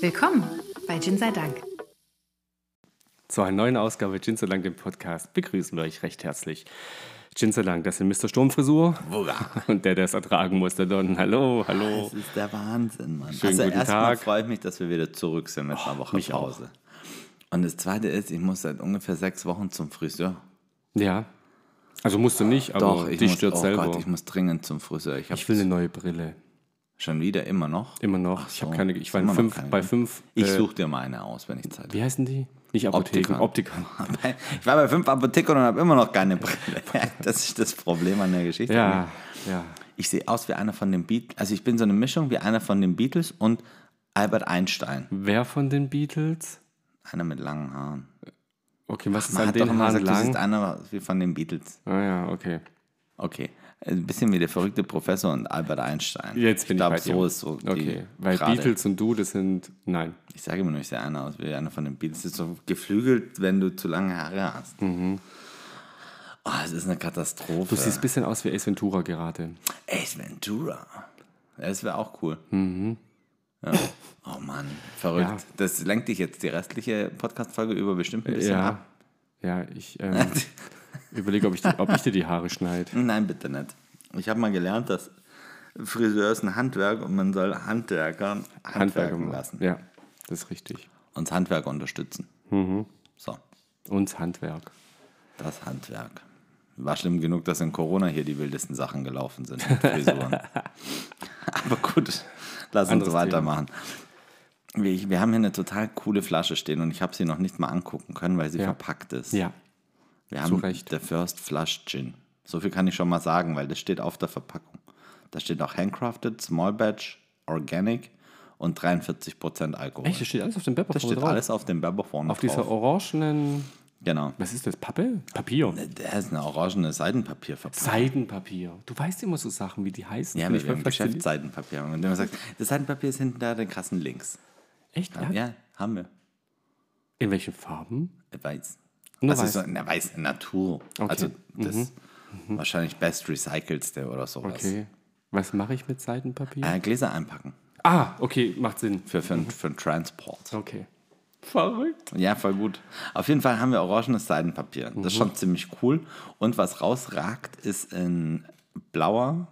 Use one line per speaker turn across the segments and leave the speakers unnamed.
Willkommen bei Gin sei Dank.
Zu einer neuen Ausgabe Gin sei Dank, dem Podcast, begrüßen wir euch recht herzlich. Gin sei Dank, das sind Mr. Sturmfrisur
Wurra.
und der, der es ertragen muss, der Don. Hallo, hallo.
Das ist der Wahnsinn, Mann.
Schönen
also
guten
erstmal
Tag.
freut mich, dass wir wieder zurück sind mit einer Woche
mich auch.
Pause. Und das zweite ist, ich muss seit ungefähr sechs Wochen zum Friseur.
Ja, also musst du nicht, aber
Doch, ich
dich
muss,
stört
oh
selber.
Gott, ich muss dringend zum Friseur. Ich habe
ich will eine neue Brille,
schon wieder immer noch.
immer noch. ich habe keine, ich war in
immer noch
fünf,
keine,
bei
ne?
fünf,
Ich
äh,
suche dir mal eine aus, wenn ich Zeit
wie heißen die? Nicht Apotheken, Optikern.
habe. Ich war bei fünf Apothekern und habe immer noch keine Brille. Das ist das Problem an der Geschichte.
Ja, ja.
Ich sehe aus wie einer von den Beatles. Also ich bin so eine Mischung wie einer von den Beatles und Albert Einstein.
Wer von den Beatles?
Einer mit langen Haaren.
Okay, was ist
Man
an
hat doch
den
immer
Haaren
gesagt, das ist
lang?
einer wie von den Beatles.
Ah ja, okay.
Okay. Ein bisschen wie der verrückte Professor und Albert Einstein.
Jetzt bin ich,
glaub,
bei dir.
so ist so die
Okay, weil
Gerade.
Beatles und du, das sind, nein.
Ich sage immer nur, ich sehe einer aus wie einer von den Beatles. Das ist so geflügelt, wenn du zu lange Haare hast. Oh, es ist eine Katastrophe.
Mhm. Du siehst ein bisschen aus wie Ace Ventura gerade.
Ace Ventura. Ja, Das wäre auch cool. Ja. Oh Mann, verrückt.
Mhm. Ja.
Das lenkt dich jetzt die restliche Podcast-Folge über bestimmt ein bisschen
Ja.
ab.
Ja, ich ähm, überlege, ob ich, dir- ob ich dir die Haare schneide.
Nein, bitte nicht. Ich habe mal gelernt, dass Friseur ist ein Handwerk und man soll Handwerker
Handwerker
handwerken
machen.
lassen.
Ja, das ist richtig.
Uns Handwerk unterstützen.
Mhm.
So,
Uns Handwerk.
das Handwerk. War schlimm genug, dass in Corona hier die wildesten Sachen gelaufen sind. mit Frisuren. Aber gut, lass
Anderes
uns weitermachen. Wir, wir haben hier eine total coole Flasche stehen und ich habe sie noch nicht mal angucken können, weil sie verpackt ist.
Ja,
Wir
zu
haben
Recht.
der First Flush Gin. So viel kann ich schon mal sagen, weil das steht auf der Verpackung. Da steht auch Handcrafted, Small Batch, Organic und 43% Alkohol.
Echt, das steht alles auf dem Pepper
Das steht alles auf dem Berber vorne
Auf
drauf.
dieser orangenen,
genau.
was ist das, Pappe? Papier.
Der ist eine orangene Seidenpapierverpackung.
Seidenpapier. Du weißt immer so Sachen, wie die heißen.
ja,
Bin
wir
voll
haben
fasziniert.
Geschäftsseidenpapier. Und wenn man sagt, das Seidenpapier ist hinten da, den krassen Links.
Echt? Ja?
Ja, haben wir. Äh,
In welchen Farben?
Weiß.
Nur
also
weiß. Mhm.
so eine weiße Natur. Also das wahrscheinlich best recycelste oder sowas.
Okay. Was mache ich mit Seidenpapier?
Äh, Gläser einpacken
Ah, okay, macht Sinn.
für, für, für den Transport.
Okay. Verrückt.
Ja, voll gut. Auf jeden Fall haben wir orangenes Seidenpapier. Das ist
Mhm.
schon ziemlich cool. Und was rausragt, ist ein blauer.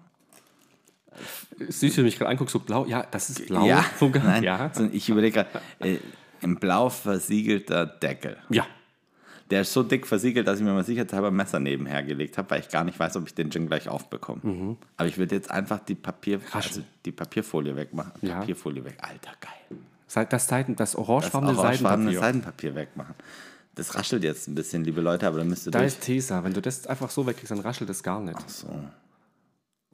Süß, wenn du mich gerade anguckst, so blau. Ja, das ist blau.
ja,
sogar.
nein,
ja.
so ein- ich überlege gerade, äh, ein blau versiegelter Deckel.
ja.
Der ist so dick versiegelt, dass ich mir mal sicherheitshalber ein Messer nebenher gelegt habe, weil ich gar nicht weiß, ob ich den Gin gleich aufbekomme.
Mhm.
Aber ich würde jetzt einfach die, Papier, also die Papierfolie wegmachen.
Ja.
Papierfolie weg. Alter, geil.
Seit- Das, Seiden, das
Das
orangefarbene
orangefarbene
Seidenpapier.
Seidenpapier wegmachen. Das raschelt jetzt ein bisschen, liebe Leute, aber dann müsst ihr
Da
durch.
ist Tesa. Wenn du das einfach so wegkriegst, dann raschelt das gar nicht.
so.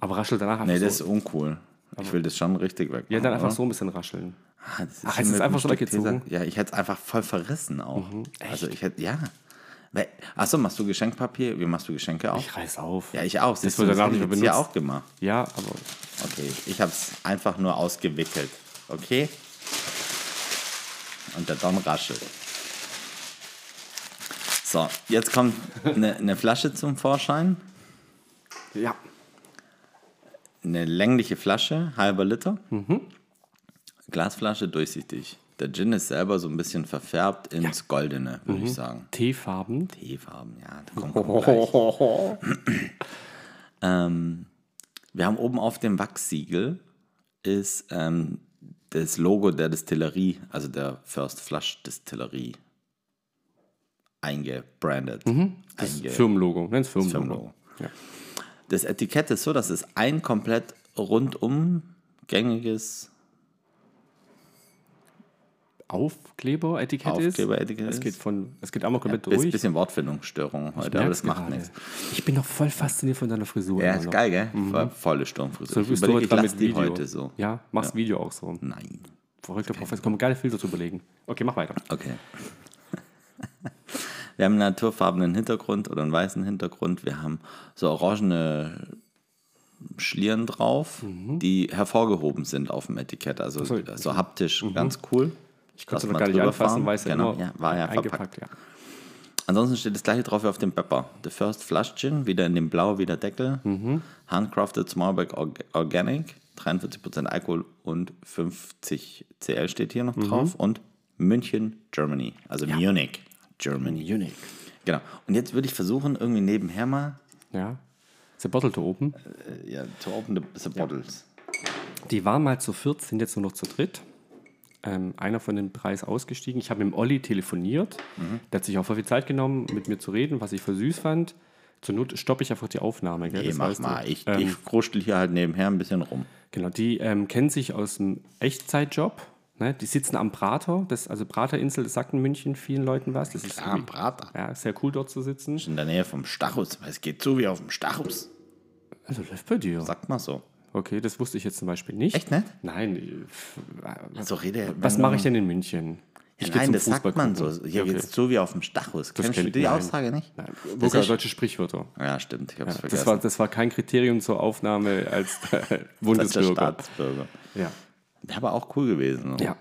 Aber raschelt danach einfach
Nee,
so.
das ist uncool. Ich will das schon richtig weg.
ja, dann einfach so ein bisschen rascheln.
Ah, das ist
Ach,
hier
es ist
mit
einfach
einem
so Mhm.
Stück
weggezogen?
Tesa- Ja, ich hätte es einfach voll verrissen auch. Also ich hätte, ja. Weil- Ach so, machst du Geschenkpapier? Wie machst du Geschenke auch?
Ich reiß auf.
ja, ich auch.
Das
Siehst
wird
du,
danach
hab ich
nicht mehr
jetzt hier
benutzt.
auch gemacht.
Ja, aber
Okay, ich habe es einfach nur ausgewickelt. Okay? Und der Don raschelt. So, jetzt kommt eine, eine Flasche zum Vorschein.
ja.
eine längliche Flasche, halber Liter.
Mhm.
Glasflasche durchsichtig. Der Gin ist selber so ein bisschen verfärbt ins Goldene, würde
Mhm.
ich sagen.
Teefarben.
Teefarben, ja, da kommt, kommt gleich. ähm, wir haben oben auf dem Wachssiegel ist ähm, das Logo der Distillerie, also der First Flush Distillerie, eingebrandet.
Mhm. Das
Einge-
Firmenlogo. Nenn's Firmenlogo.
Firmenlogo. Das Etikett ist so, dass es ein komplett rundum gängiges
Aufkleber, Etikett ist.
Aufkleber-Etikett
Es
ist.
geht von, es geht einmal komplett
Ein
durch.
bisschen Wortfindungsstörung heute, aber
Merk's
das macht
gerade.
nichts.
Ich bin noch voll fasziniert von deiner Frisur.
Ja,
immer
ist
noch.
geil, gell? Voll- Volle Sturmfrisur.
Mhm. So
ich
bist du
überlege,
heute
ich
dran
lasse
mit
die
Video.
heute so. Hm.
Ja, machst Video auch so.
Nein.
Verrückter Professor. Kommen geile Filter zu überlegen. Okay, mach weiter.
Okay. Wir haben einen naturfarbenen Hintergrund oder einen weißen Hintergrund. Wir haben so orangene Schlieren drauf, die hervorgehoben sind auf dem Etikett. Also so,
Mhm. so. Mhm.
haptisch ganz cool. Ich
Kannst du noch gar nicht anfassen, weil es ja
genau,
nur
ja, war ja verpackt.
eingepackt. Ja.
Ansonsten steht das gleiche drauf wie auf dem Pepper. The
Mhm.
First Flush Gin, wieder in dem Blau, wieder Deckel. Handcrafted Smallback Org Organic. 43% Alkohol und 50 CL steht hier noch
Mhm.
drauf. Und München, Germany. Also Munich, Germany.
Munich.
Genau. Und jetzt würde ich versuchen, irgendwie nebenher mal
Ja. Ist der Bottle to open?
äh, ja, to open the, the bottles.
Die waren mal zu viert, sind jetzt nur noch zu dritt. Ähm, einer von den drei ist ausgestiegen. Ich habe mit dem Olli telefoniert. Der hat sich auch voll viel Zeit genommen, mit mir zu reden, was ich voll süß fand. Zur Not stoppe ich einfach die Aufnahme. Gell?
Ja,
Das
mach
weißt du.
mal. Ich,
ähm,
ich kruschtel hier halt nebenher ein bisschen rum.
Genau, die ähm, kennen sich aus dem Echtzeitjob. Ne? Die sitzen am Prater. Das, also Praterinsel, das sagt in München vielen Leuten was. Das ist
Ah, ein Prater.
ja, ist sehr cool, dort zu sitzen.
In der Nähe vom Stachus. Es geht so wie auf dem Stachus.
Also läuft bei dir.
Sagt mal so.
Okay, das wusste ich jetzt zum Beispiel nicht.
Echt nicht?
Nein. äh, pf,
Also rede.
Was mache ich denn in München?
Ja,
Ich gehe
nein,
zum
das sagt man
Fußball
so.
gucken.
Ja, jetzt so wie auf dem Stachus. Kennst
kenn
du
ich-
die
nein.
Aussage nicht?
Nein,
Das
Vulgar,
ist-
deutsche Sprichwörter.
Ja, stimmt. Ich hab's vergessen.
Das war, das war kein Kriterium zur Aufnahme als
Deutscher
Bundesbürger.
Staatsbürger.
Ja.
Wäre aber auch cool gewesen. ne?
ja.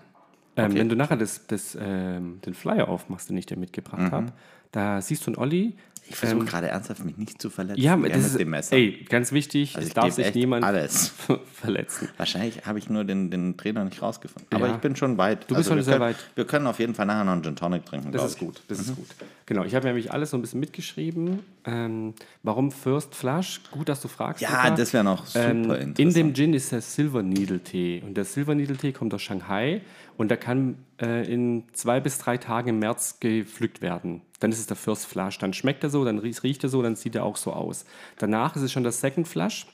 Ähm, Wenn du nachher das, das, ähm, den Flyer aufmachst, den ich dir mitgebracht habe, da siehst du einen Olli.
Mhm. Ich versuche gerade ernsthaft, mich nicht zu verletzen.
Ähm, Ja,
Gern
das
mit
ist,
dem Messer.
ey, ganz wichtig,
Also
es
ich
darf
geb
sich
echt
niemand
alles.
verletzen.
Wahrscheinlich habe ich nur den, den Trainer nicht rausgefunden. Aber
Ja.
ich bin schon weit. Also
Du bist
wir
schon sehr
können,
weit.
Wir können auf jeden Fall nachher noch einen Gin Tonic trinken.
Das
glaub
ist
ich. Mhm.
gut, das ist gut. Genau, ich habe nämlich alles so ein bisschen mitgeschrieben. Ähm, warum First Flush? Gut, dass du fragst.
Ja,
Luca.
das wäre noch super
ähm,
interessant.
in dem Gin ist der Silver Needle Tee. Und der Silver Needle Tee kommt aus Shanghai und der kann äh, in zwei bis drei Tagen im März gepflückt werden. Dann ist es der First Flush. Dann schmeckt er so, dann rie- riecht er so, dann sieht er auch so aus. Danach ist es schon der Second Flush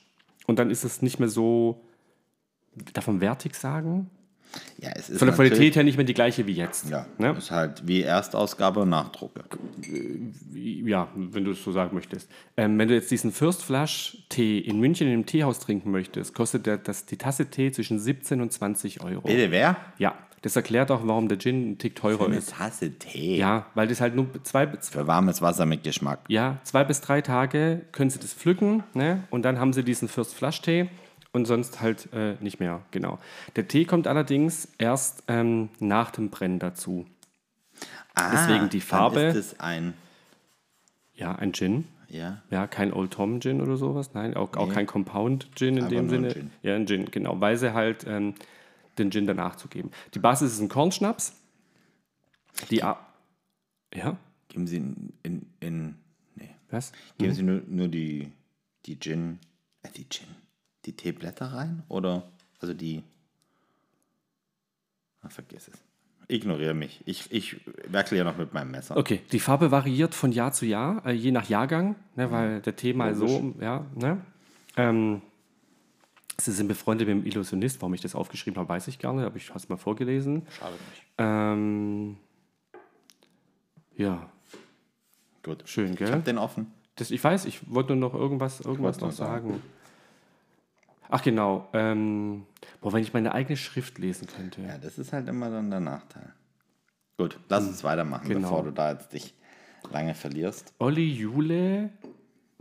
und dann ist es nicht mehr so, darf man wertig sagen?
ja, es ist
Von der
natürlich-
Qualität her nicht mehr die gleiche wie jetzt.
Ja,
Ne?
ist halt wie Erstausgabe und Nachdrucke.
ja, wenn du es so sagen möchtest. Ähm, wenn du jetzt diesen First Flush Tee in München in einem Teehaus trinken möchtest, kostet der, das, die Tasse Tee zwischen 17 und 20 Euro.
Bitte, wer?
Ja, das erklärt auch, warum der Gin einen Tick teurer
Eine
ist.
Tasse Tee.
Ja, weil das halt nur zwei,
Für warmes Wasser mit Geschmack.
ja, zwei bis drei Tage können sie das pflücken ne? und dann haben sie diesen First Flush Tee und sonst halt äh, nicht mehr, genau. Der Tee kommt allerdings erst ähm, nach dem Brennen dazu.
Ah,
Deswegen die Farbe.
Dann ist es ein,
Ja, ein Gin.
ja,
Ja, kein Old Tom Gin oder sowas. Nein, auch, auch kein Compound Gin in dem
nur ein
Sinne.
Gin.
Ja, ein Gin, genau. Weil sie halt ähm, den Gin danach zu geben. Die Basis ist ein Kornschnaps. Die A Ja,
geben Sie in, in, in nee.
was?
Geben Sie nur, nur die, die Gin, äh, die Gin, die Teeblätter rein oder, also die, ah, vergiss es. Ignoriere mich. Ich, ich werkle ja noch mit meinem Messer.
Okay, die Farbe variiert von Jahr zu Jahr, äh, je nach Jahrgang,
Mhm.
ne, weil der Tee mal so, ja, ne? Ähm, sie sind befreundet mit dem Illusionist. Warum ich das aufgeschrieben habe, weiß ich gar nicht, aber ich habe es mal vorgelesen.
Schade nicht.
Ähm, ja,
Gut.
schön, gell?
Ich hab den offen.
Das, ich weiß, ich wollte nur noch irgendwas, irgendwas
wollte
noch
noch sagen.
sagen. Ach genau. Ähm, boah, wenn ich meine eigene Schrift lesen könnte.
Ja, das ist halt immer dann der Nachteil. Gut, lass uns weitermachen,
genau.
bevor du da jetzt dich lange verlierst.
Olli Jule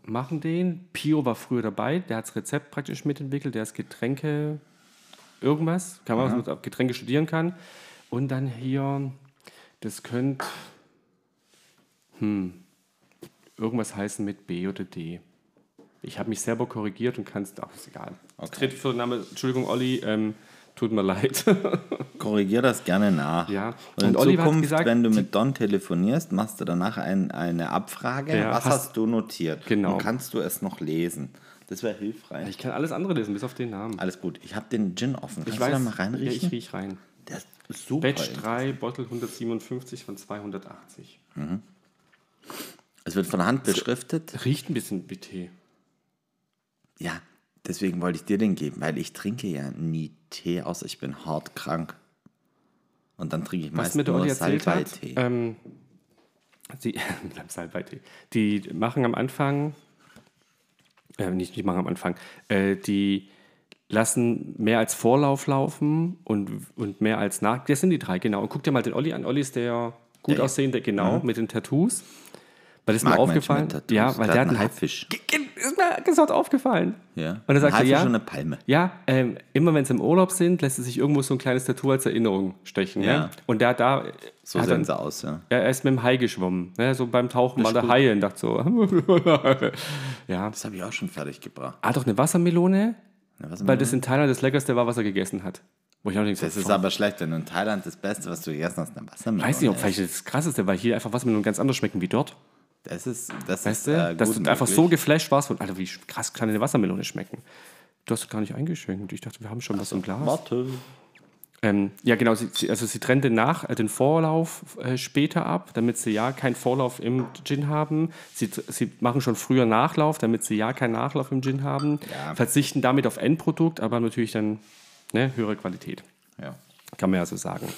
machen den. Pio war früher dabei, der hat das Rezept praktisch mitentwickelt, der ist Getränke irgendwas, kann man was mit Getränke studieren kann. Und dann hier, das könnte hm, irgendwas heißen mit B oder D. Ich habe mich selber korrigiert und kann es, ach, ist egal. Okay. Dritte, vierte Name, Entschuldigung, Olli, ähm, tut mir leid.
Korrigier das gerne nach.
Ja.
Und in
Und Oliver hat
Zukunft,
gesagt,
wenn du mit Don telefonierst, machst du danach ein, eine Abfrage.
Ja,
was
hast-
hast, du notiert?
Genau.
Und kannst du es noch lesen? Das wäre hilfreich.
ich kann alles andere lesen, bis auf den Namen.
Alles gut. Ich habe den Gin offen. Also
ich
Kannst du da
weiß,
mal
ja,
reinriechen?
ich riech rein.
Der ist super.
Batch 3, Bottle 157 von 280.
Es wird von Hand beschriftet.
Riecht ein bisschen wie Tee.
Ja, deswegen wollte ich dir den geben, weil ich trinke ja nie Tee, außer ich bin hart krank. Und dann trinke ich
Was
meist
mir der
nur
Olli erzählt hat,
Salbei-Tee.
ähm, die, mit einem Salbeitee. die machen am Anfang, äh, nicht, nicht machen am Anfang, äh, die lassen mehr als Vorlauf laufen und, und mehr als nach. Das sind die drei, genau. Und guck dir mal den Olli an. Olli ist der gut
Der- Mhm.
aussehende, genau, mit den Tattoos. Weil das ist mir
Mag Menschen
aufgefallen.
mit Tattoos.
Ja, weil der hat einen
Halbfisch.
Ist mir gesagt aufgefallen.
Ja.
Und dann
Ein
sagt er,
Haifisch
ja.
und eine Palme.
Ja, ähm, immer wenn sie im Urlaub sind, lässt sie sich irgendwo so ein kleines Tattoo als Erinnerung stechen. Ne?
Ja.
Und der hat da.
So
hat
sehen
dann,
sie aus, ja.
ja, er ist mit dem Hai geschwommen. Ne? So beim Tauchen war der
gut.
Hai und dachte so. ja.
Das habe ich auch schon fertig gebracht.
Ah, doch eine Wassermelone.
Na, was
weil
immer-
das in Thailand das Leckerste war, was er gegessen hat. Wo ich auch denke,
das ist aber schlecht, wenn du in Thailand das Beste, was du gegessen hast, eine Wassermelone
weiß nicht, ob
ist.
vielleicht das Krasseste, weil hier einfach Wassermelonen ganz anders schmecken wie dort.
Das ist, das
Weißt
ist
du?
äh,
dass
gut
du einfach
möglich.
so geflasht warst von, Alter, wie krass kann eine Wassermelone schmecken. Du hast doch gar nicht eingeschenkt. Ich dachte, wir haben schon was im Glas.
Warte.
Ähm, ja, genau. Sie, sie- also sie trennt den, nach, äh, den Vorlauf äh, später ab, damit sie ja keinen Vorlauf im Gin haben. Sie, tr- sie machen schon früher Nachlauf, damit sie ja keinen Nachlauf im Gin haben.
Ja.
Verzichten damit auf Endprodukt, aber natürlich dann ne, höhere Qualität.
Ja.
Kann man ja so sagen.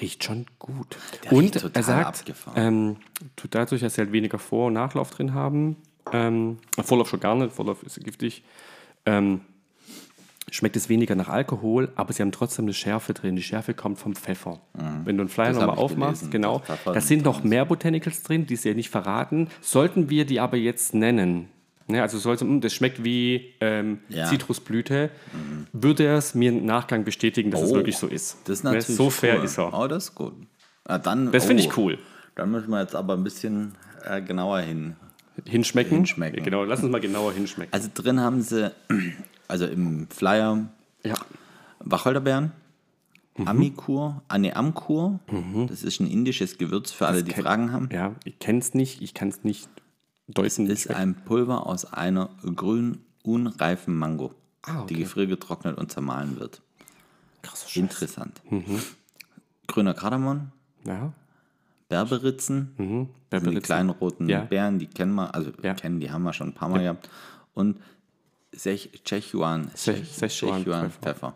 Riecht schon gut.
Der riecht
und
total
er sagt,
abgefahren.
ähm, tut dadurch, dass sie halt weniger Vor- und Nachlauf drin haben, ähm, Vorlauf schon gar nicht, Vorlauf ist giftig, ähm, schmeckt es weniger nach Alkohol, aber sie haben trotzdem eine Schärfe drin. Die Schärfe kommt vom Pfeffer. Wenn du einen Flyer
Mhm. Das
nochmal
hab ich
aufmachst,
gelesen,
genau,
dass Pfeffer
da
drin
sind noch mehr Botanicals drin, die sie ja nicht verraten. Sollten wir die aber jetzt nennen, ne, also sollte, hm, das schmeckt wie ähm,
Ja.
Zitrusblüte, würde er es mir im Nachgang bestätigen, dass es
Oh,
wirklich so ist.
Das ist
Ne,
natürlich
so fair
cool.
ist er.
Oh, das ist gut. Ah, dann,
Das
oh,
finde ich cool.
Dann müssen wir jetzt aber ein bisschen äh, genauer hin.
Hinschmecken?
Hinschmecken.
Genau, lass uns mal genauer hinschmecken.
Also drin haben sie, also im Flyer,
ja.
Wacholderbeeren,
Mhm.
Amikur, Aneamkur. Das ist ein indisches Gewürz für alle, die Fragen haben.
ja, ich kenne es nicht, ich kann es nicht deuten.
ist ein Pulver aus einer grün unreifen Mango,
Ah, okay.
die gefriergetrocknet und zermahlen wird.
Krasser Scheiß. Mhm.
Interessant. Grüner Kardamom,
ja,
Berberitzen,
da
sind die
beritzt-
kleinen roten
Mhm. Ja.
Beeren, die kennen wir, also
Ja.
kennen, die haben wir schon ein paar Mal gehabt. Und Sech- Szechuan,
Se-
Sech-
Szechuan
Szechuan
Pfeffer.
Pfeffer.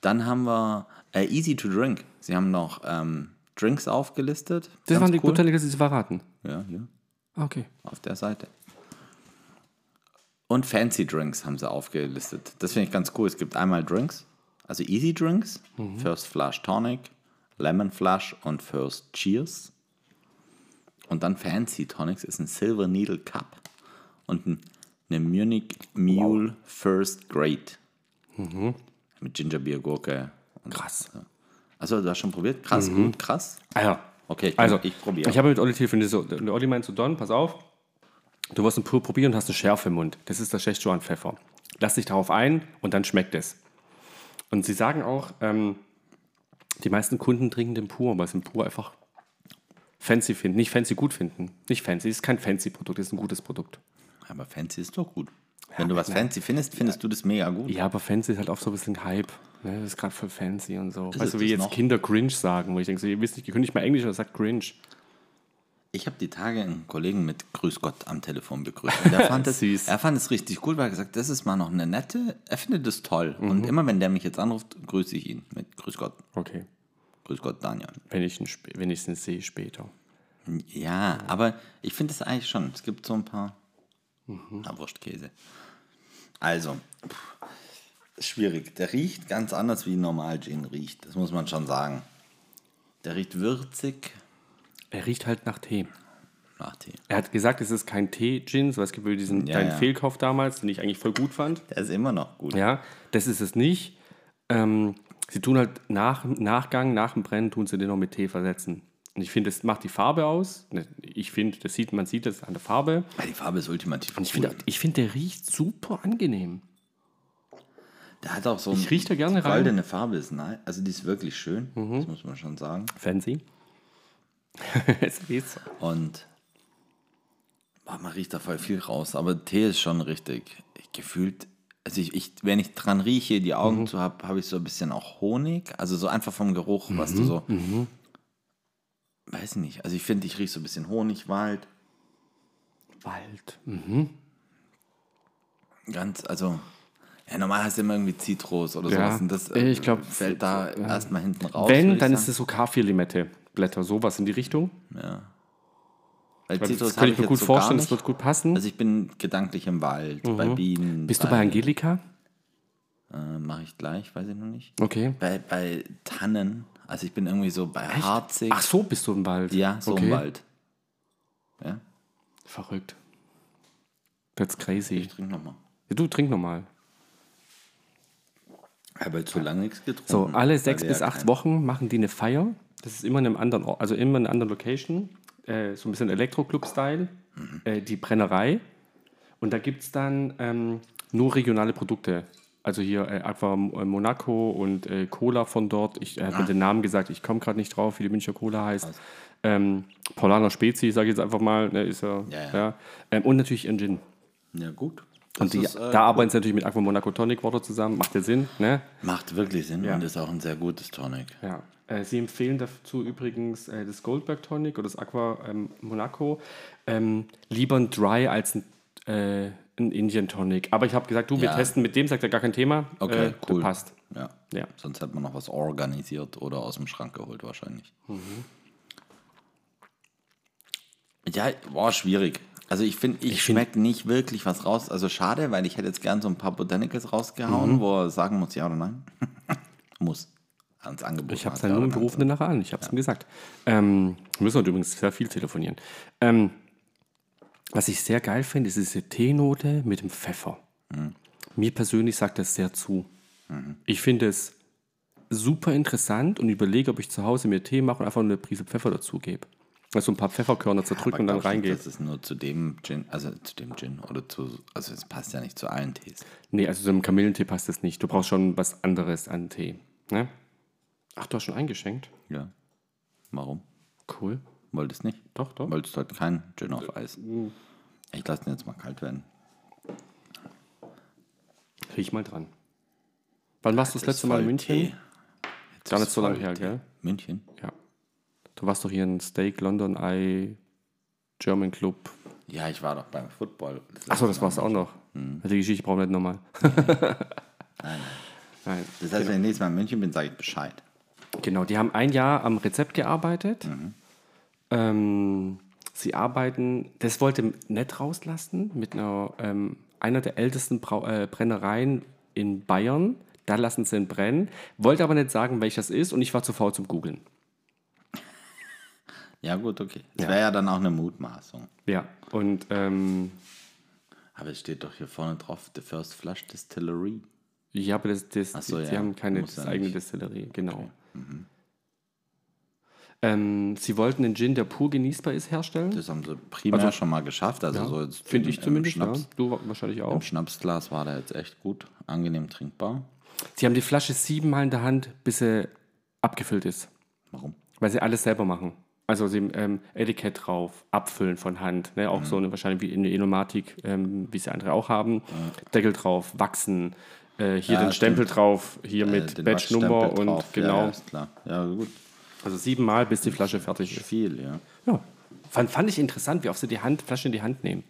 Dann haben wir äh, Easy to Drink. Sie haben noch ähm, Drinks aufgelistet.
Das
Ganz
waren die Botanicals, die sie verraten.
Ja, hier.
Ah, Okay.
auf der Seite. Und Fancy Drinks haben sie aufgelistet. Das finde ich ganz cool. Es gibt einmal Drinks, also Easy Drinks,
Mhm.
First Flush Tonic, Lemon Flush und First Cheers. Und dann Fancy Tonics ist ein Silver Needle Cup und ein, eine Munich Mule First Grade.
Mhm.
Mit Ginger Beer, Gurke.
Krass. Ah
Achso, du hast schon probiert? Krass, gut, krass.
Ja.
Okay, ich-
Mhm. also,
ich probiere.
Ich habe mit Olli telefoniert. So, und Olli meint zu Don, pass auf, du wirst einen Pur probieren und hast eine Schärfe im Mund. Das ist der Szechuan-Pfeffer. Lass dich darauf ein und dann schmeckt es. Und sie sagen auch, ähm, die meisten Kunden trinken den Pur, weil sie den Pur einfach fancy finden. Nicht fancy gut finden. Nicht fancy, ist kein fancy Produkt, ist ein gutes Produkt.
Aber Fancy ist doch gut. Wenn du was Fancy findest, findest du das mega gut.
Ja, aber fancy ist halt auch so ein bisschen Hype. Ne? Das ist gerade voll fancy und so.
es
weißt du, wie
das
jetzt
noch?
Kinder Grinch sagen, wo ich denke, so, ihr wisst nicht, ihr könnt nicht mal Englisch, aber sagt Grinch.
Ich habe die Tage einen Kollegen mit Grüß Gott am Telefon begrüßt. Und er fand, es,
Süß.
er fand es richtig gut, weil er gesagt das ist mal noch eine nette, er findet es toll.
Mhm.
Und immer wenn der mich jetzt anruft, grüße ich ihn mit Grüß Gott,
Okay.
Grüß Gott Daniel.
Wenn ich ihn sp- wenn ich's sehe später.
Ja, aber ich finde es eigentlich schon. Es gibt so ein paar.
Mhm.
Na, Wurstkäse. Also, pff, schwierig. Der riecht ganz anders, wie normal Gin riecht. Das muss man schon sagen. Der riecht würzig
Er riecht halt nach Tee.
nach Tee.
Er hat gesagt, es ist kein Tee-Gin, so was gibt diesen
Ja,
deinen
ja.
Fehlkauf damals, den ich eigentlich voll gut fand.
Der ist immer noch gut.
Ja, das ist es nicht. Ähm, sie tun halt nach Nachgang, nach dem Brennen, tun sie den noch mit Tee versetzen. Und ich finde, das macht die Farbe aus. Ne, Ich finde, das sieht, man sieht das an der Farbe.
Weil Die Farbe ist ultimativ.
Und ich finde, ich finde, der riecht super angenehm.
Der hat auch so
Ich riech da gerne
die
rein. Mhm.
goldene Farbe ist nice. Also die ist wirklich schön, das muss man schon sagen.
Fancy. es geht's.
Und boah, man riecht da voll viel raus, aber Tee ist schon richtig. Ich gefühlt, also ich, ich, wenn ich dran rieche, die Augen
Mhm.
zu habe, habe ich so ein bisschen auch Honig. Also so einfach vom Geruch,
Mhm.
was du so. Weiß nicht. Also ich finde, ich rieche so ein bisschen Honigwald.
Wald.
Mhm. Ganz, also. Ja, normal hast du immer irgendwie Zitrus oder
Ja,
sowas. Und das äh,
ich glaub,
fällt da erstmal hinten raus.
Wenn,
würd ich
dann ist
sagen.
es so Kaffee-Limette. Blätter, sowas in die Richtung.
Weil
Das,
Zitrus hab
kann ich mir
jetzt
gut
so gar
vorstellen, das
nicht.
wird gut passen.
Also ich bin gedanklich im Wald, bei Bienen.
Mhm. Bist du bei Angelika?
Äh, Mache ich gleich, weiß ich noch nicht.
Okay.
Bei, bei Tannen, also ich bin irgendwie so bei Harzig.
Ach so, bist du im Wald.
Ja, so
okay.
im Wald. Ja,
Verrückt. That's crazy.
ich trinke nochmal.
Ja, du trink nochmal.
Aber zu lange nichts getrunken.
So, alle
Weil
sechs
wir
bis
Mhm. Also, ja
acht
kein-
Wochen machen die eine Feier. Das ist immer in einem anderen Ort, also immer in einer
Mhm.
anderen Location. Äh, so ein bisschen Elektro-Club-Style. Äh, die Brennerei. Und da gibt es dann ähm, nur regionale Produkte. Also hier äh, Aqua Monaco und äh, Cola von dort. Ich äh,
Ah.
habe den Namen gesagt, ich komme gerade nicht drauf, wie die Münchner Cola heißt. Ähm, Paulaner Spezi, sage ich jetzt einfach mal, ne, ist ja.
Ja,
ja.
ja.
Ähm, und natürlich ihren Gin.
Ja, gut. Das
Und die,
ist, äh,
da arbeiten sie natürlich mit Aqua Monaco Tonic Water zusammen, macht ja Sinn, ne?
macht wirklich Sinn
Ja.
und ist auch ein sehr gutes Tonic.
Ja. Äh, Sie empfehlen dazu übrigens äh, das Goldberg Tonic oder das Aqua ähm, Monaco. Ähm, lieber ein Dry als ein, äh, ein Indian Tonic. Aber ich habe gesagt, du, wir
Ja.
testen mit dem, sagt er gar kein Thema.
Okay,
äh,
cool.
Passt.
Ja.
Ja.
Sonst hätte man noch was organisiert oder aus dem Schrank geholt wahrscheinlich.
Mhm.
Ja, boah, schwierig. Also ich finde, ich, schmecke nicht wirklich was raus. Also schade, weil ich hätte jetzt gern so ein paar Botanicals
Mhm.
rausgehauen, wo er sagen muss, ja oder nein. muss. Ans Angebot.
Ich habe es
hat,
ja nur
oder
im
nein.
Beruf eine nachher an. Ich habe es ihm gesagt. Ähm, wir müssen heute übrigens sehr viel telefonieren. Ähm, was ich sehr geil finde, ist diese Teenote mit dem Pfeffer. Mir persönlich sagt das sehr zu. Ich finde es super interessant und überlege, ob ich zu Hause mir Tee mache und einfach nur eine Prise Pfeffer dazugebe. Also ein paar Pfefferkörner zerdrücken
Aber
und dann
glaubst du,
reingehen.
Das ist nur zu dem Gin, also zu dem Gin oder zu, also es passt ja nicht zu allen Tees.
Nee, also so einem Kamillentee passt das nicht. Du brauchst schon was anderes an Tee. Ne? Ach, du hast schon eingeschenkt?
Ja. Warum?
Cool.
Wolltest nicht?
Doch, doch.
Wolltest heute halt kein Gin
Äh,
auf Eis.
uh.
Ich lasse den jetzt mal kalt werden.
Riech mal dran. Wann warst du das
Jetzt
letzte Mal in
voll
München?
Tee. Jetzt
Gar
ist
nicht so lange
voll
her,
Tee.
gell?
München?
Ja. Du warst doch hier in Steak, London Eye, German Club.
Ja, ich war doch beim Football.
Achso,
genau,
das war's auch noch. Also die Geschichte brauchen wir nicht nochmal. Nein.
Das heißt, wenn ich nächstes Mal in München bin, sage ich Bescheid.
Genau, die haben ein Jahr am Rezept gearbeitet. Ähm, sie arbeiten, das wollte nett rauslassen, mit einer, ähm, einer der ältesten Brau äh, Brennereien in Bayern. Da lassen sie ihn brennen. Wollte aber nicht sagen, welches ist und ich war zu faul zum Googlen.
Ja, gut, okay. Das wäre ja dann auch eine Mutmaßung.
Ja, und ähm,
Aber es steht doch hier vorne drauf: The First Flush Distillery.
Ja, aber das, das,
Ach so,
die,
ja.
sie haben keine
Muss ja
eigene
nicht. Mhm.
Destillerie, genau. Ähm, sie wollten einen Gin, der pur genießbar ist, herstellen.
Das haben sie primär
Also-
schon mal geschafft. Also, so jetzt
Finde
im-
ich zumindest.
Im,
Ja.
Schnaps,
Du wa- wahrscheinlich
Im
auch.
Schnapsglas war der jetzt echt gut. Angenehm trinkbar.
Sie haben die Flasche siebenmal in der Hand, bis sie abgefüllt ist.
Warum?
Weil sie alles selber machen. Also sie ähm, Etikett drauf, Abfüllen von Hand, ne? auch so
Mhm.
eine wahrscheinlich wie in der Enomatik, ähm, wie es ja andere auch haben. Deckel drauf, wachsen, äh, hier
Ja,
den Stempel
stimmt.
drauf, hier
Äh,
mit
den
Batch-Nummer
Wachsstempel
und
drauf. Ja,
genau.
ja, ist klar. Ja, gut.
Also siebenmal, bis die Flasche fertig ist.
Viel, ja.
Ja. Fand, fand ich interessant, wie oft sie die Hand, Flasche in die Hand nehmen.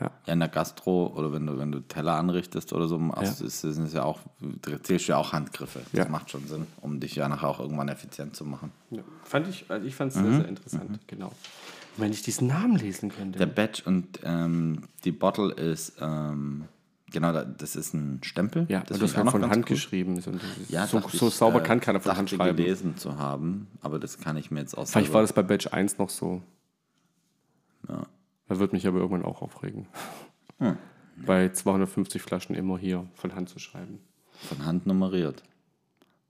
Ja, in der Gastro oder wenn du, wenn du Teller anrichtest oder so, also ist, ist, ist ja auch, du zählst ja auch Handgriffe. Das
Ja. Mhm.
macht schon Sinn, um dich ja nachher auch irgendwann effizient zu machen.
Ja. Fand ich, also ich fand es sehr,
Mhm.
sehr interessant, genau. Und wenn ich diesen Namen lesen könnte.
Der Badge und ähm, die Bottle ist, ähm, genau, da- das ist ein Stempel.
ja,
das
und
finde
das
ich auch
wird
noch
von
ganz
Hand
cool.
geschrieben. Ist und das ist
Ja,
so,
dachte
so
ich,
sauber
äh,
kann keiner von Hand
dachte
schreiben.
gelesen zu haben, aber das kann ich mir jetzt aus.
Vielleicht war das bei Batch 1 noch so. Da wird mich aber irgendwann auch aufregen.
Hm.
Bei 250 Flaschen immer hier von Hand zu schreiben.
von Hand nummeriert.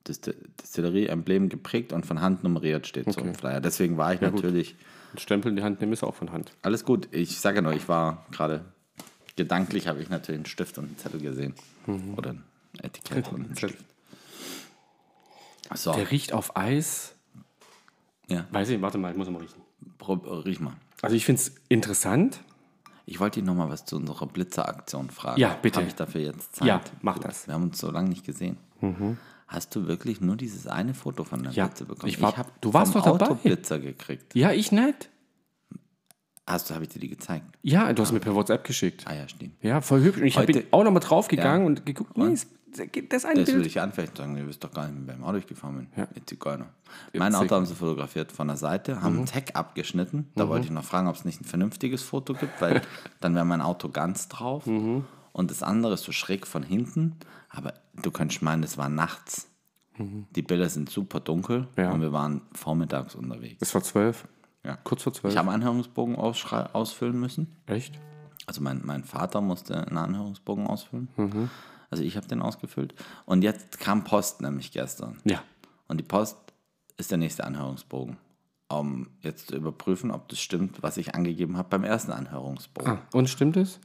Dist- Distillerie-Emblem geprägt und von Hand nummeriert steht so im Flyer. Deswegen war ich natürlich.
Und Stempel in die Hand nehmen ist auch von Hand.
Alles gut. Ich sage ja nur, ich war gerade gedanklich, habe ich natürlich einen Stift und einen Zettel gesehen.
Mhm.
Oder ein Etikett und einen Stift. So,
Der riecht auf Eis.
ja,
Weiß ich, warte mal, ich muss mal riechen.
prob, riech mal.
Also ich finde es interessant.
Ich wollte dich nochmal was zu unserer Blitzeraktion fragen.
Ja, bitte.
Habe ich dafür jetzt Zeit?
Ja, mach das.
Wir haben uns so lange nicht gesehen. Hast du wirklich nur dieses eine Foto von der
Ja,
Blitze bekommen?
ich war-
hab
du warst
vom
doch dabei.
Auto Blitzer gekriegt.
Ja, ich nicht.
Hast du, habe ich dir die gezeigt?
Ja, du hast mir per WhatsApp geschickt.
Ah ja, stimmt.
Ja, voll hübsch. Und ich
Heute-
bin auch nochmal draufgegangen
Ja.
und geguckt, nee, ist, das eine
Das würde
Bild.
ich anfechten sagen, ihr wisst doch gar nicht, mit welchem Auto ich gefahren bin.
Ja.
Mit Zigeuner. Mein Auto haben sie fotografiert von der Seite,
Mhm.
haben einen Tag abgeschnitten. Da wollte ich noch fragen, ob es nicht ein vernünftiges Foto gibt, weil dann wäre mein Auto ganz drauf.
Mhm.
Und das andere ist so schräg von hinten. Aber du könntest meinen, es war nachts. Die Bilder sind super dunkel
Mhm. Ja.
und wir waren vormittags unterwegs.
Das war zwölf.
Ja.
Kurz vor zwölf.
Ich habe einen Anhörungsbogen ausschrei- ausfüllen müssen.
Echt?
Also mein, mein Vater musste einen Anhörungsbogen ausfüllen. Also ich habe den ausgefüllt. Und jetzt kam Post nämlich gestern.
Ja.
Und die Post ist der nächste Anhörungsbogen.
Ah.
Um jetzt zu überprüfen, ob das stimmt, was ich angegeben habe beim ersten Anhörungsbogen.
Und stimmt es?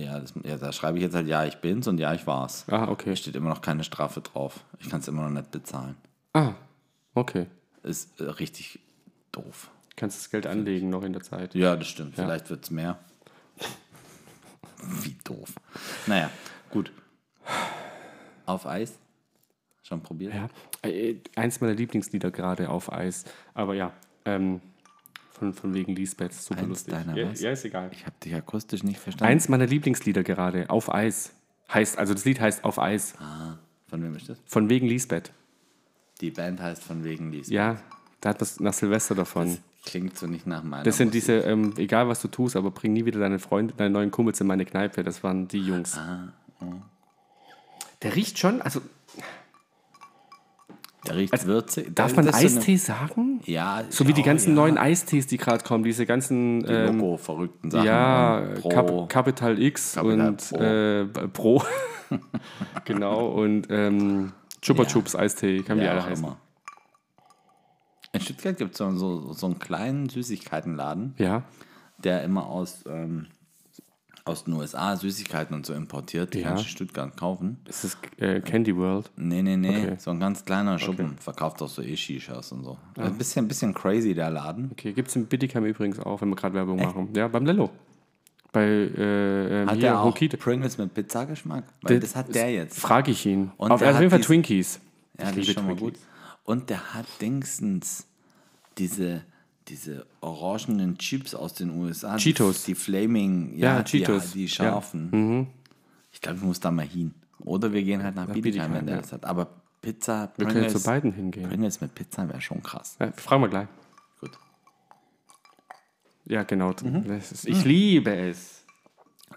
Ja, das, ja, da schreibe ich jetzt halt, ja, ich bin's und ja, ich war's.
Ah, okay.
Da steht immer noch keine Strafe drauf. Ich kann es immer noch nicht bezahlen.
Ah, okay.
Ist äh, richtig doof.
Kannst das Geld anlegen noch in der Zeit.
Ja, das stimmt. Vielleicht wird's mehr. Wie doof. Naja, gut. Auf Eis? Schon probiert?
Ja, äh, eins meiner Lieblingslieder gerade auf Eis. Aber ja, ähm, von, von wegen Lisbeth, super
Eins
lustig.
deiner
ja,
was?
ja, ist egal.
Ich habe dich akustisch nicht verstanden.
Eins meiner Lieblingslieder gerade, auf Eis. Heißt, also das Lied heißt Auf Eis.
Ah. Von wem ist das?
Von wegen Lisbeth.
Die Band heißt von wegen Lies.
Ja, da hat man nach Silvester davon. Das,
Klingt so nicht nach meiner
sind
Musik.
diese, ähm, egal was du tust, aber bring nie wieder deine Freunde, deine neuen Kumpels in meine Kneipe. Das waren die Jungs.
Ah, oh.
Der riecht schon, also
Der riecht würzig.
darf
Da-
man
das ist so eine-
Eistee sagen?
Ja.
So wie die
ja,
ganzen
ja.
neuen Eistees, die gerade kommen, diese ganzen
Die
ähm,
Logo-verrückten Sachen.
Ja,
und Pro.
Cap Capital X
Capital
und
Pro.
Pro. Äh, Pro. genau, und ähm, Chupa
Ja.
Chups Eistee, kann wie
ja,
alle
auch
heißen.
immer. In Stuttgart gibt es so, so, so einen kleinen Süßigkeitenladen,
Ja,
der immer aus, ähm, aus den USA Süßigkeiten und so importiert. Die
Ja.
kannst du in Stuttgart kaufen.
es ist äh, Candy World.
Nee, nee, nee.
Okay.
So ein ganz kleiner Schuppen. Verkauft auch so E-Shishas und so. Ein bisschen, ein bisschen crazy, der Laden.
Okay, gibt es im Bitticam übrigens auch, wenn wir gerade Werbung machen. Ja, beim Lello. Bei äh, ähm,
Hat
hier,
der auch
Hokite.
Pringles mit Pizzageschmack? Weil das hat der jetzt.
Frage ich ihn.
Und
Auf,
der
auf jeden
hat
Fall
dies-
Twinkies.
Ja,
Ich
das ist
liebe
schon mal gut.
Twinkies.
Und der hat dingsens diese, diese orangenen Chips aus den USA. die-
Cheetos.
Die Flaming, ja,
Ja, Cheetos,
Cheetos. Die, die
ja. Mhm.
scharfen. Ich glaube, ich muss da mal hin. Oder wir gehen halt nach Bietigheim,
Bietigheim,
wenn der
ja.
das hat. Aber Pizza,
Wir können ja zu beiden hingehen.
Pringles mit Pizza wäre schon krass.
Ja, fragen wir gleich.
Gut.
Ja, genau.
Mhm.
Das ist, ich liebe es.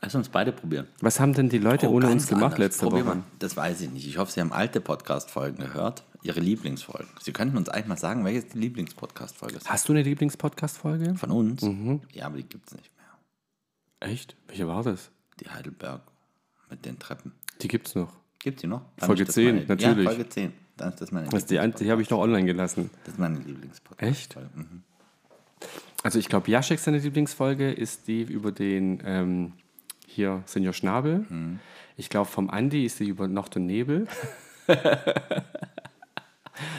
Lass uns beide probieren.
Was haben denn die Leute
Oh,
ohne
ganz
uns gemacht
anders.
letzte
Probier mal.
Woche?
Das weiß ich nicht. Ich hoffe, Sie haben alte Podcast-Folgen gehört. Ihre Lieblingsfolgen. Sie könnten uns eigentlich mal sagen, welches die Lieblingspodcast-Folge ist.
Hast du eine Lieblingspodcast-Folge?
Von uns?
Mhm.
Ja, aber die gibt es nicht mehr.
Echt? Welche war das?
Die Heidelberg mit den Treppen.
Die gibt's noch.
Gibt die noch? Dann
Folge
ist das
10,
meine-
natürlich.
Ja, Folge 10. Dann ist das meine,
Das ist die, ein-
Lieblings-
die habe ich noch online gelassen.
das ist meine Lieblingspodcast.
Echt?
Mhm.
Also ich glaube, Jaschek seine Lieblingsfolge ist die über den ähm, hier Senior Schnabel.
Mhm.
Ich glaube, vom Andi ist die über Nacht und Nebel.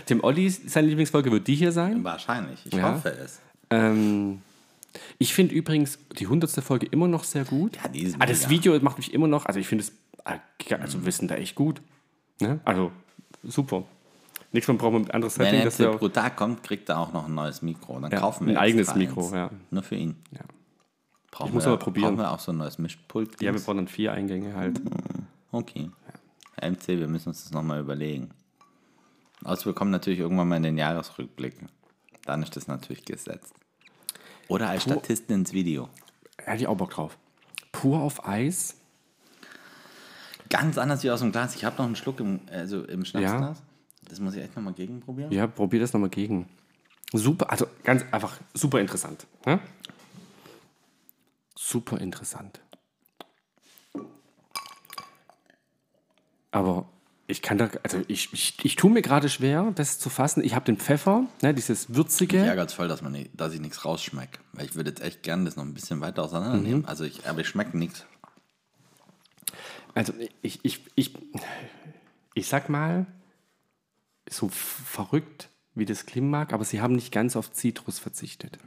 Dem Olli seine Lieblingsfolge wird die hier sein.
Wahrscheinlich. Ich
Ja.
hoffe es.
Ähm, ich finde übrigens die hundertste Folge immer noch sehr gut.
Ja, die ist
ah, das
mega.
Video macht mich immer noch, also ich finde es, ah, giga- also wir sind da echt gut. Ne? Also super. Nächstes Mal brauchen wir ein anderes
Wenn
Setting.
er
dass
jetzt
wir-
pro Tag kommt, kriegt er auch noch ein neues Mikro. Dann
Ja,
kaufen
ein
wir
eigenes
extra
Mikro,
eins.
ja.
Nur für ihn.
Ja.
Brauchen
muss
wir,
aber probieren.
Brauchen wir auch so ein neues Mischpult?
Ja, wir brauchen dann vier Eingänge halt.
Okay. MC, wir müssen uns das nochmal überlegen. Also wir kommen natürlich irgendwann mal in den Jahresrückblick. Dann ist das natürlich gesetzt. Oder als Statisten ins Video.
Hätte ich auch Bock drauf. Pur auf Eis.
Ganz anders wie aus dem Glas. Ich habe noch einen Schluck im, also im Schnapsglas. Das muss ich echt nochmal gegenprobieren.
Ja, probier das nochmal gegen. Super, also ganz einfach super interessant. Ne? Super interessant. Aber ich kann da, also ich, ich, ich tue mir gerade schwer, das zu fassen. Ich habe den Pfeffer, ne, dieses
Mich
würzige.
ärgert es voll, dass, man, nicht- dass ich nichts rausschmecke. Weil ich würde jetzt echt gerne das noch ein bisschen weiter auseinandernehmen.
Mhm.
Also ich, aber ich schmecke nichts.
Also ich, ich, ich, ich sag mal, so f- verrückt wie das klingen mag, aber sie haben nicht ganz auf Zitrus verzichtet.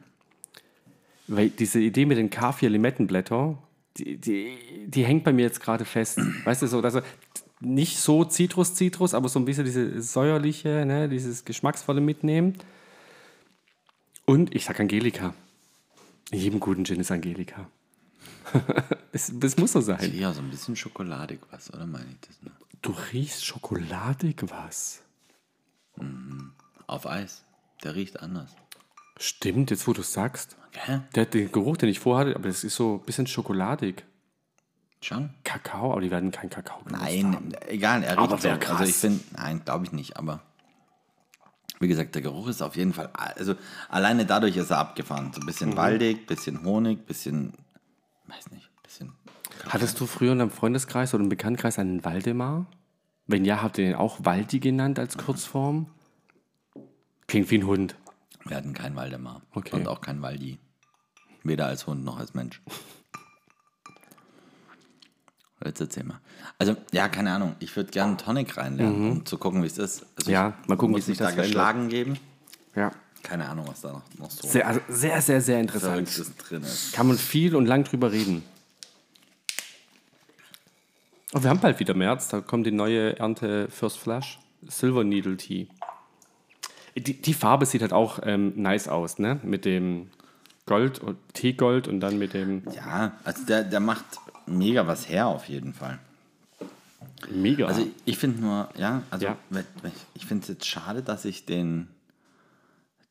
Weil diese Idee mit den Kaffee-Limettenblätter, die, die, die hängt bei mir jetzt gerade fest. Weißt du, so, also nicht so Zitrus-Zitrus, aber so ein bisschen diese säuerliche, ne, dieses geschmacksvolle mitnehmen. Und ich sag Angelika. In jedem guten Gin ist Angelika. es, das muss so sein.
Ja, so ein bisschen schokoladig was, oder meine ich das? Ne?
Du riechst schokoladig was.
Auf Eis. Der riecht anders.
Stimmt, jetzt wo du sagst.
Hä?
Der hat den Geruch, den ich vorhatte, aber das ist so ein bisschen schokoladig.
Schon?
Kakao, aber die werden keinen Kakao genutzt haben.
Nein, egal, er riecht
Aber wär
so.
krass.
Also ich finde, nein, glaube ich nicht, aber wie gesagt, der Geruch ist auf jeden Fall, also alleine dadurch ist er abgefahren. So ein bisschen
Mhm.
waldig, bisschen Honig, bisschen, weiß nicht, bisschen.
Hattest du früher in deinem Freundeskreis oder im Bekanntenkreis einen Waldemar? Wenn ja, habt ihr den auch Waldi genannt als Kurzform? Klingt wie ein Hund.
Wir hatten keinen Waldemar
Okay.
und auch keinen Waldi. Weder als Hund noch als Mensch. Jetzt erzähl mal. Also, ja, keine Ahnung. Ich würde gerne einen Tonic reinlernen, um zu gucken, wie es ist. Also,
Mhm. Ja,
ich
mal gucken,
muss
wie sich
mich da
das verändert.
geschlagen geben.
Ja.
Keine Ahnung, was da noch, noch so
Sehr, also sehr, sehr, sehr interessant.
Verrücktes drin ist.
Kann man viel und lang drüber reden. Und Oh, wir haben bald wieder März, da kommt die neue Ernte First Flush. Silver Needle Tea. Die, die Farbe sieht halt auch ähm, nice aus, ne? Mit dem Gold, und- Teegold und dann mit dem
Ja, also der, der macht mega was her auf jeden Fall.
Mega.
Also ich finde nur, ja, also
Ja.
we- we- ich finde es jetzt schade, dass ich den,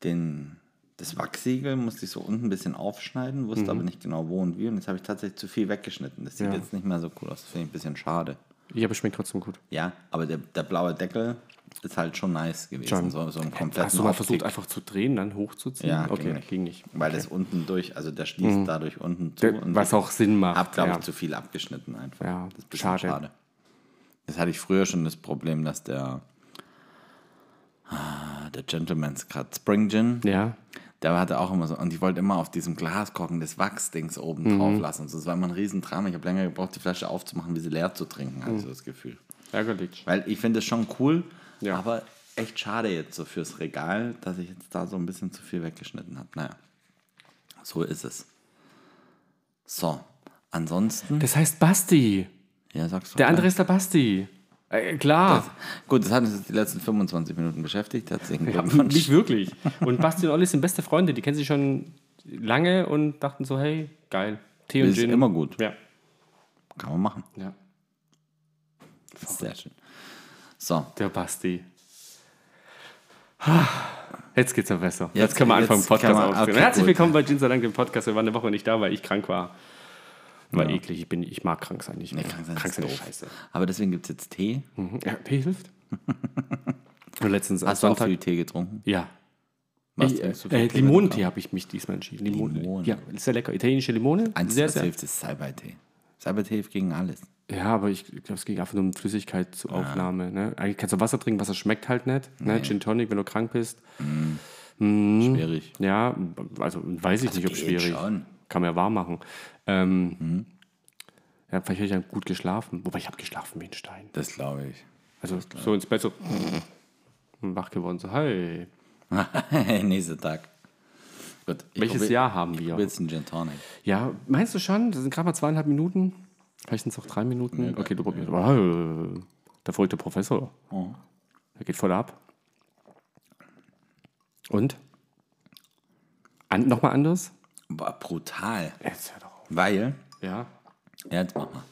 den, das Wachsiegel musste ich so unten ein bisschen aufschneiden, wusste aber nicht genau wo und wie und jetzt habe ich tatsächlich zu viel weggeschnitten. Das sieht
Mhm. Ja.
jetzt nicht mehr so cool aus, das finde ich ein bisschen schade.
ja, aber schmeckt trotzdem gut.
Ja, aber der, der blaue Deckel ist halt schon nice gewesen,
John,
so, so ein kompletten
Hast du mal versucht,
Aufkick.
einfach zu drehen, dann hochzuziehen?
Ja,
Mhm, okay,
ging nicht.
ging nicht.
Weil das unten durch, also der schließt dadurch unten zu.
Der- was auch Sinn macht,
Hab, glaube
ja.
ich, zu viel abgeschnitten einfach.
Ja,
das ist ein bisschen schade.
schade.
Das hatte ich früher schon das Problem, dass der, ah, der Gentleman's Cut Spring Gin,
Ja,
der hatte auch immer so, und ich wollte immer auf diesem Glaskorken des Wachsdings oben
Mhm.
drauf lassen. Und so, das war immer ein Riesendrama. Ich habe länger gebraucht, die Flasche aufzumachen, wie sie leer zu trinken,
Mhm.
hatte ich so das Gefühl.
ärgerlich.
Weil ich finde es schon cool,
Ja.
aber echt schade jetzt so fürs Regal, dass ich jetzt da so ein bisschen zu viel weggeschnitten habe. Naja, so ist es. So, ansonsten.
Das heißt Basti.
ja, sagst du.
Der andere ist der Basti. Äh, klar.
Gut, das hat uns jetzt die letzten 25 Minuten beschäftigt. Herzlichen Glückwunsch.
Nicht wirklich. Und Basti und Olli sind beste Freunde, die kennen sich schon lange und dachten so, hey, geil. Tee und
Ist
Gin.
immer gut.
Ja.
Kann man machen.
ja.
Sehr schön. So,
Der Basti. Ah, Jetzt geht's mir besser. Jetzt,
Jetzt-
können wir anfangen,
jetzt
Podcast
kann man-
aufzunehmen.
okay,
Herzlich
gut.
willkommen bei Gin sei Dank, dem Podcast. Wir waren eine Woche nicht da, weil ich krank war. War eklig. Ich, bin, ich mag krank sein. Ich
krank sein ist
ist
doof.
scheiße.
aber deswegen gibt es jetzt Tee.
Mhm. Ja, Tee hilft. Und letztens am
Hast du auch
Sonntag.
viel Tee getrunken?
Ja.
Was
Ich,
trinkst du für
äh,
Tee, wenn
Limonentee
du-
habe ich mich diesmal entschieden. Limone.
Limone.
Ja, ist sehr lecker. Italienische Limone.
Eins,
sehr,
was
sehr
hilft, ist Salbeitee. Salbeitee hilft gegen alles.
Ja, aber ich glaube, es ging einfach nur um Flüssigkeit zur Aufnahme. Ne? Eigentlich kannst du Wasser trinken, Wasser schmeckt halt nicht. Ne? Gin Tonic, wenn du krank bist. Mhm.
Schwierig.
Ja, also weiß ich nicht, ob
geht
schwierig.
schon.
Kann man ja wahr machen. Ähm, ja, vielleicht hätte ich dann gut geschlafen. Wobei ich habe geschlafen wie ein Stein.
Das glaube ich.
Also so ins Bett so und wach geworden. So, hey,
Nächster Tag. Gut, ich
welches
probier-
Jahr haben
Ich
wir?
probier jetzt einen Gin Tonic.
Ja, meinst du schon? Das sind gerade mal zweieinhalb Minuten. Vielleicht sind es auch drei Minuten. okay, du probierst. Ah, Der verrückte Professor. Der geht voll ab. Und? An, Nochmal anders?
Boah, brutal.
Jetzt hör doch auf.
Weil,
Ja.
ja, jetzt mach mal.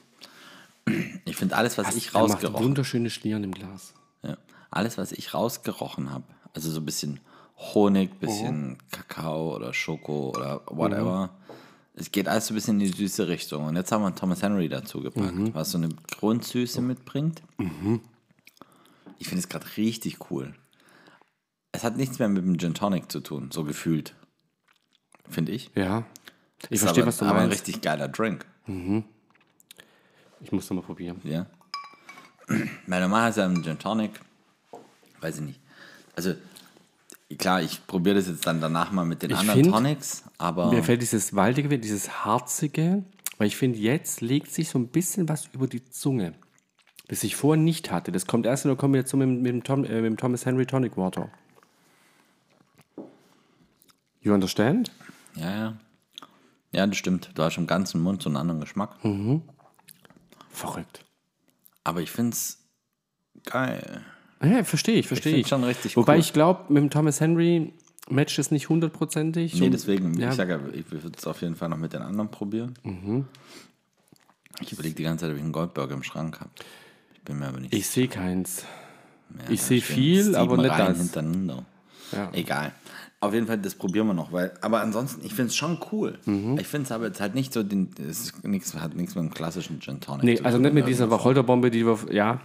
Ich finde alles, was ich
Der macht
rausgerochen
wunderschöne Schlieren im Glas.
ja, alles, was ich rausgerochen habe, also so ein bisschen Honig,
Mhm.
bisschen Kakao oder Schoko oder whatever. Es geht alles so ein bisschen in die süße Richtung. Und jetzt haben wir einen Thomas Henry dazu gepackt,
Mhm.
was so eine Grundsüße
Oh.
mitbringt. Ich finde es gerade richtig cool. Es hat nichts mehr mit dem Gin Tonic zu tun, so gefühlt. Finde ich.
Ja. Ich
Ist
verstehe,
aber,
was du
aber ein
meinst.
richtig geiler Drink.
Ich muss nochmal probieren.
Ja. Weil normal ist ja ein Gin Tonic. Weiß ich nicht. Also, klar, ich probiere das jetzt dann danach mal mit den
Ich
anderen
find,
Tonics, aber
Mir fällt dieses Waldige, wieder, dieses Harzige, weil ich finde, jetzt legt sich so ein bisschen was über die Zunge, das ich vorher nicht hatte. Das kommt erst in der Kombination mit, mit, dem, Tom, äh, mit dem Thomas Henry Tonic Water. You understand?
ja, ja. Ja, das stimmt. Du hast im ganzen Mund so einen anderen Geschmack.
Hm. Verrückt.
Aber ich finde es geil.
Ja, verstehe ich, verstehe
find's
ich.
schon richtig
Wobei
cool.
ich glaube, mit dem Thomas Henry matcht es nicht hundertprozentig.
Nee,
Und-
deswegen,
ja, Mhm.
ich sage ja, ich würde es auf jeden Fall noch mit den anderen probieren. Ich überlege die ganze Zeit, ob ich einen Goldburger im Schrank habe. Ich bin mir aber nicht
ich sehe keins.
Ja,
Ich
da
sehe
stehen
viel,
sieben
aber nicht
Reihen
das.
hintereinander.
Ja.
Egal. Auf jeden Fall, das probieren wir noch. Weil, aber ansonsten, ich finde es schon cool.
Mhm.
Ich finde es aber jetzt halt nicht so, den, es ist nix, hat nichts mit dem klassischen Gin Tonic
Nee,
zu
also
tun.
nicht mit dieser Wacholderbombe, die wir, ja.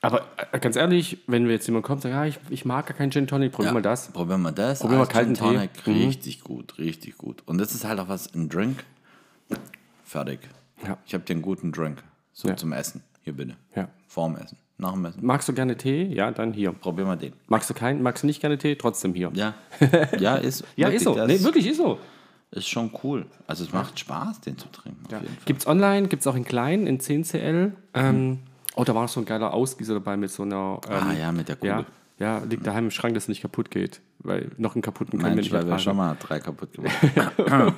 Aber äh, ganz ehrlich, wenn wir jetzt jemand kommt, sagt, ja, ich, ich mag gar keinen Gin Tonic, probier mal das.
Probieren wir das.
Probieren wir
als
kalten
Gin
Tee. Mhm.
Tonic. Richtig gut, richtig gut. Und das ist halt auch was, ein Drink. Fertig.
Ja.
Ich habe den guten Drink. So
Ja.
zum Essen. Hier bitte.
Ja.
Vorm Essen. Nach dem Essen.
Magst du gerne Tee? Ja, dann hier.
Probieren wir den.
Magst du keinen, magst du nicht gerne Tee? Trotzdem hier.
Ja. Ja, ist.
Ja, ist so.
das-
Nee, wirklich ist so.
Ist schon cool. Also es macht Spaß, den zu trinken. Auf jeden Fall. Mhm.
Gibt es online, gibt es auch in klein, in 10cl. Ähm, oh, da war noch so ein geiler Ausgießer dabei mit so einer. Ähm,
Ah ja, mit der Kugel.
Ja, ja, liegt daheim im Schrank, dass es nicht kaputt geht. Weil noch einen kaputten können
Mensch,
wir
weil wir
nicht
schon
ertragen.
mal drei kaputt gemacht haben.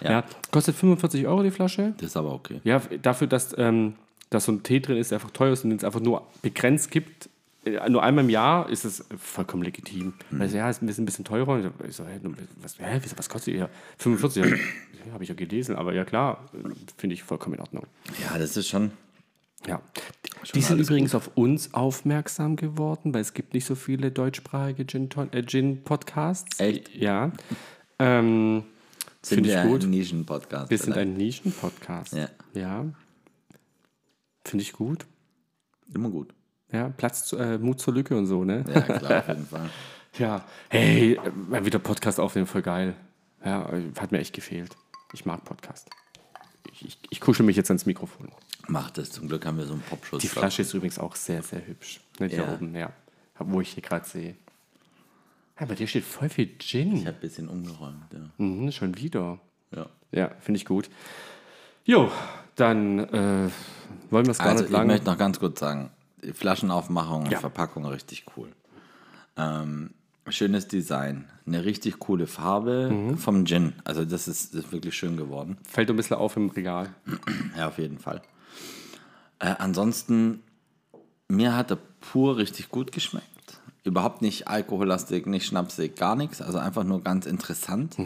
ja. Kostet 45 Euro die Flasche.
Das ist aber okay.
Ja, f- dafür, dass, ähm, dass so ein Tee drin ist, der einfach teuer ist und den es einfach nur begrenzt gibt, äh, nur einmal im Jahr, ist es vollkommen legitim.
Mhm.
Also, ja, ist ein bisschen, ein bisschen teurer. Und ich so, hä, was, hä, wieso- was kostet ihr? 45 Euro. Ja, habe ich ja gelesen, aber ja klar, äh, finde ich vollkommen in Ordnung.
Ja, das ist schon.
Ja. Die sind
alles
übrigens auf uns aufmerksam geworden, weil es gibt nicht so viele deutschsprachige Gin-Ton- äh, Gin-Podcasts.
Echt?
Ja. Ähm,
Sind
Finde
wir
ich
ein
gut.
Nischen-Podcast.
Wir sind ein Nischen-Podcast.
Ja.
ja. Finde ich gut.
Immer gut.
Ja, Platz, zu- äh, Mut zur Lücke und so, ne?
Ja, klar, auf jeden Fall.
Ja. Hey, äh, mal wieder Podcast aufnehmen, voll geil. Ja, äh, hat mir echt gefehlt. Ich mag Podcast. Ich, ich, ich kuschel mich jetzt ans Mikrofon.
Macht es. Zum Glück haben wir so einen Popschuss.
Die Flasche ist übrigens auch sehr, sehr hübsch. Ne,
Ja.
Da oben, ja. Wo ich hier gerade sehe. Ja, bei dir steht voll viel Gin.
Ich habe ein bisschen umgeräumt, ja.
Mhm, schon wieder.
ja.
Ja, finde ich gut. Jo, dann äh, wollen wir es gar
Also,
nicht
ich
lange.
möchte noch ganz kurz sagen: die Flaschenaufmachung und
Ja.
Verpackung richtig cool. Ähm, schönes Design, eine richtig coole Farbe
Mhm.
vom Gin. Also, das ist, das ist wirklich schön geworden.
Fällt ein bisschen auf im Regal.
Ja, auf jeden Fall. Äh, ansonsten, mir hat er pur richtig gut geschmeckt. Überhaupt nicht alkohollastig, nicht schnapsig, gar nichts. Also einfach nur ganz interessant.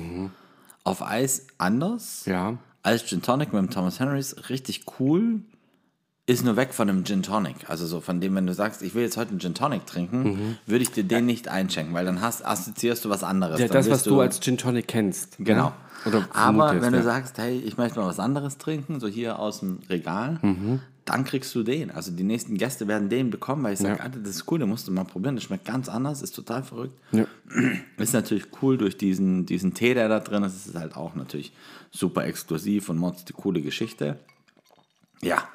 Auf Eis anders.
Mhm. Ja.
Als Gin Tonic mit dem Thomas Henrys, richtig cool. Ist nur weg von dem Gin Tonic. Also so von dem, wenn du sagst, ich will jetzt heute einen Gin Tonic trinken,
Mhm.
würde ich dir den nicht einschenken, weil dann hast, assoziierst du was anderes.
Ja,
Dann
das,
willst
was du als Gin Tonic kennst. ne?
Genau.
Oder
Aber
vermutest,
wenn
ja.
du sagst, hey, ich möchte mal was anderes trinken, so hier aus dem Regal,
Mhm.
dann kriegst du den. Also die nächsten Gäste werden den bekommen, weil ich sage,
Ja.
Alter, das ist cool, den musst du mal probieren. Das schmeckt ganz anders, ist total verrückt.
Ja.
Ist natürlich cool durch diesen, diesen Tee, der da drin ist. Ist halt auch natürlich super exklusiv und mods die coole Geschichte. Ja.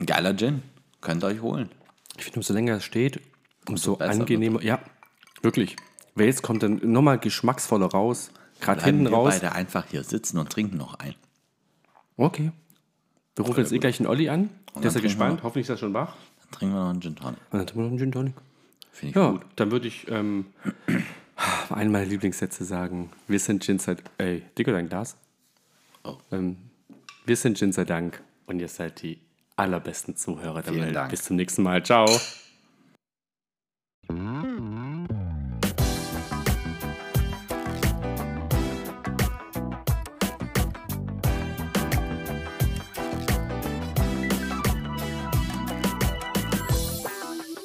Ein geiler Gin. Könnt ihr euch holen.
Ich finde, umso länger es steht, umso
besser
angenehmer. Ja, wirklich. Wer jetzt kommt, dann nochmal geschmacksvoller raus. Gerade
Bleiben
hinten
wir
raus.
beide einfach hier sitzen und trinken noch ein.
Okay. Wir rufen jetzt eh gleich den Olli an. Der ist ja
trinken
gespannt. Hoffentlich ist er schon wach.
Dann trinken wir noch einen Gin Tonic.
Und dann trinken wir noch einen Gin Tonic.
Finde ich
Ja,
gut.
dann würde ich ähm, einen meiner Lieblingssätze sagen. Wir sind Gin seit... Ey, Dicker, dein Glas?
Oh.
Ähm, wir sind Gin sei Dank. Und ihr seid die allerbesten Zuhörer der
Vielen
Welt.
Dank.
Bis zum nächsten Mal. Ciao.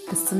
Bis zum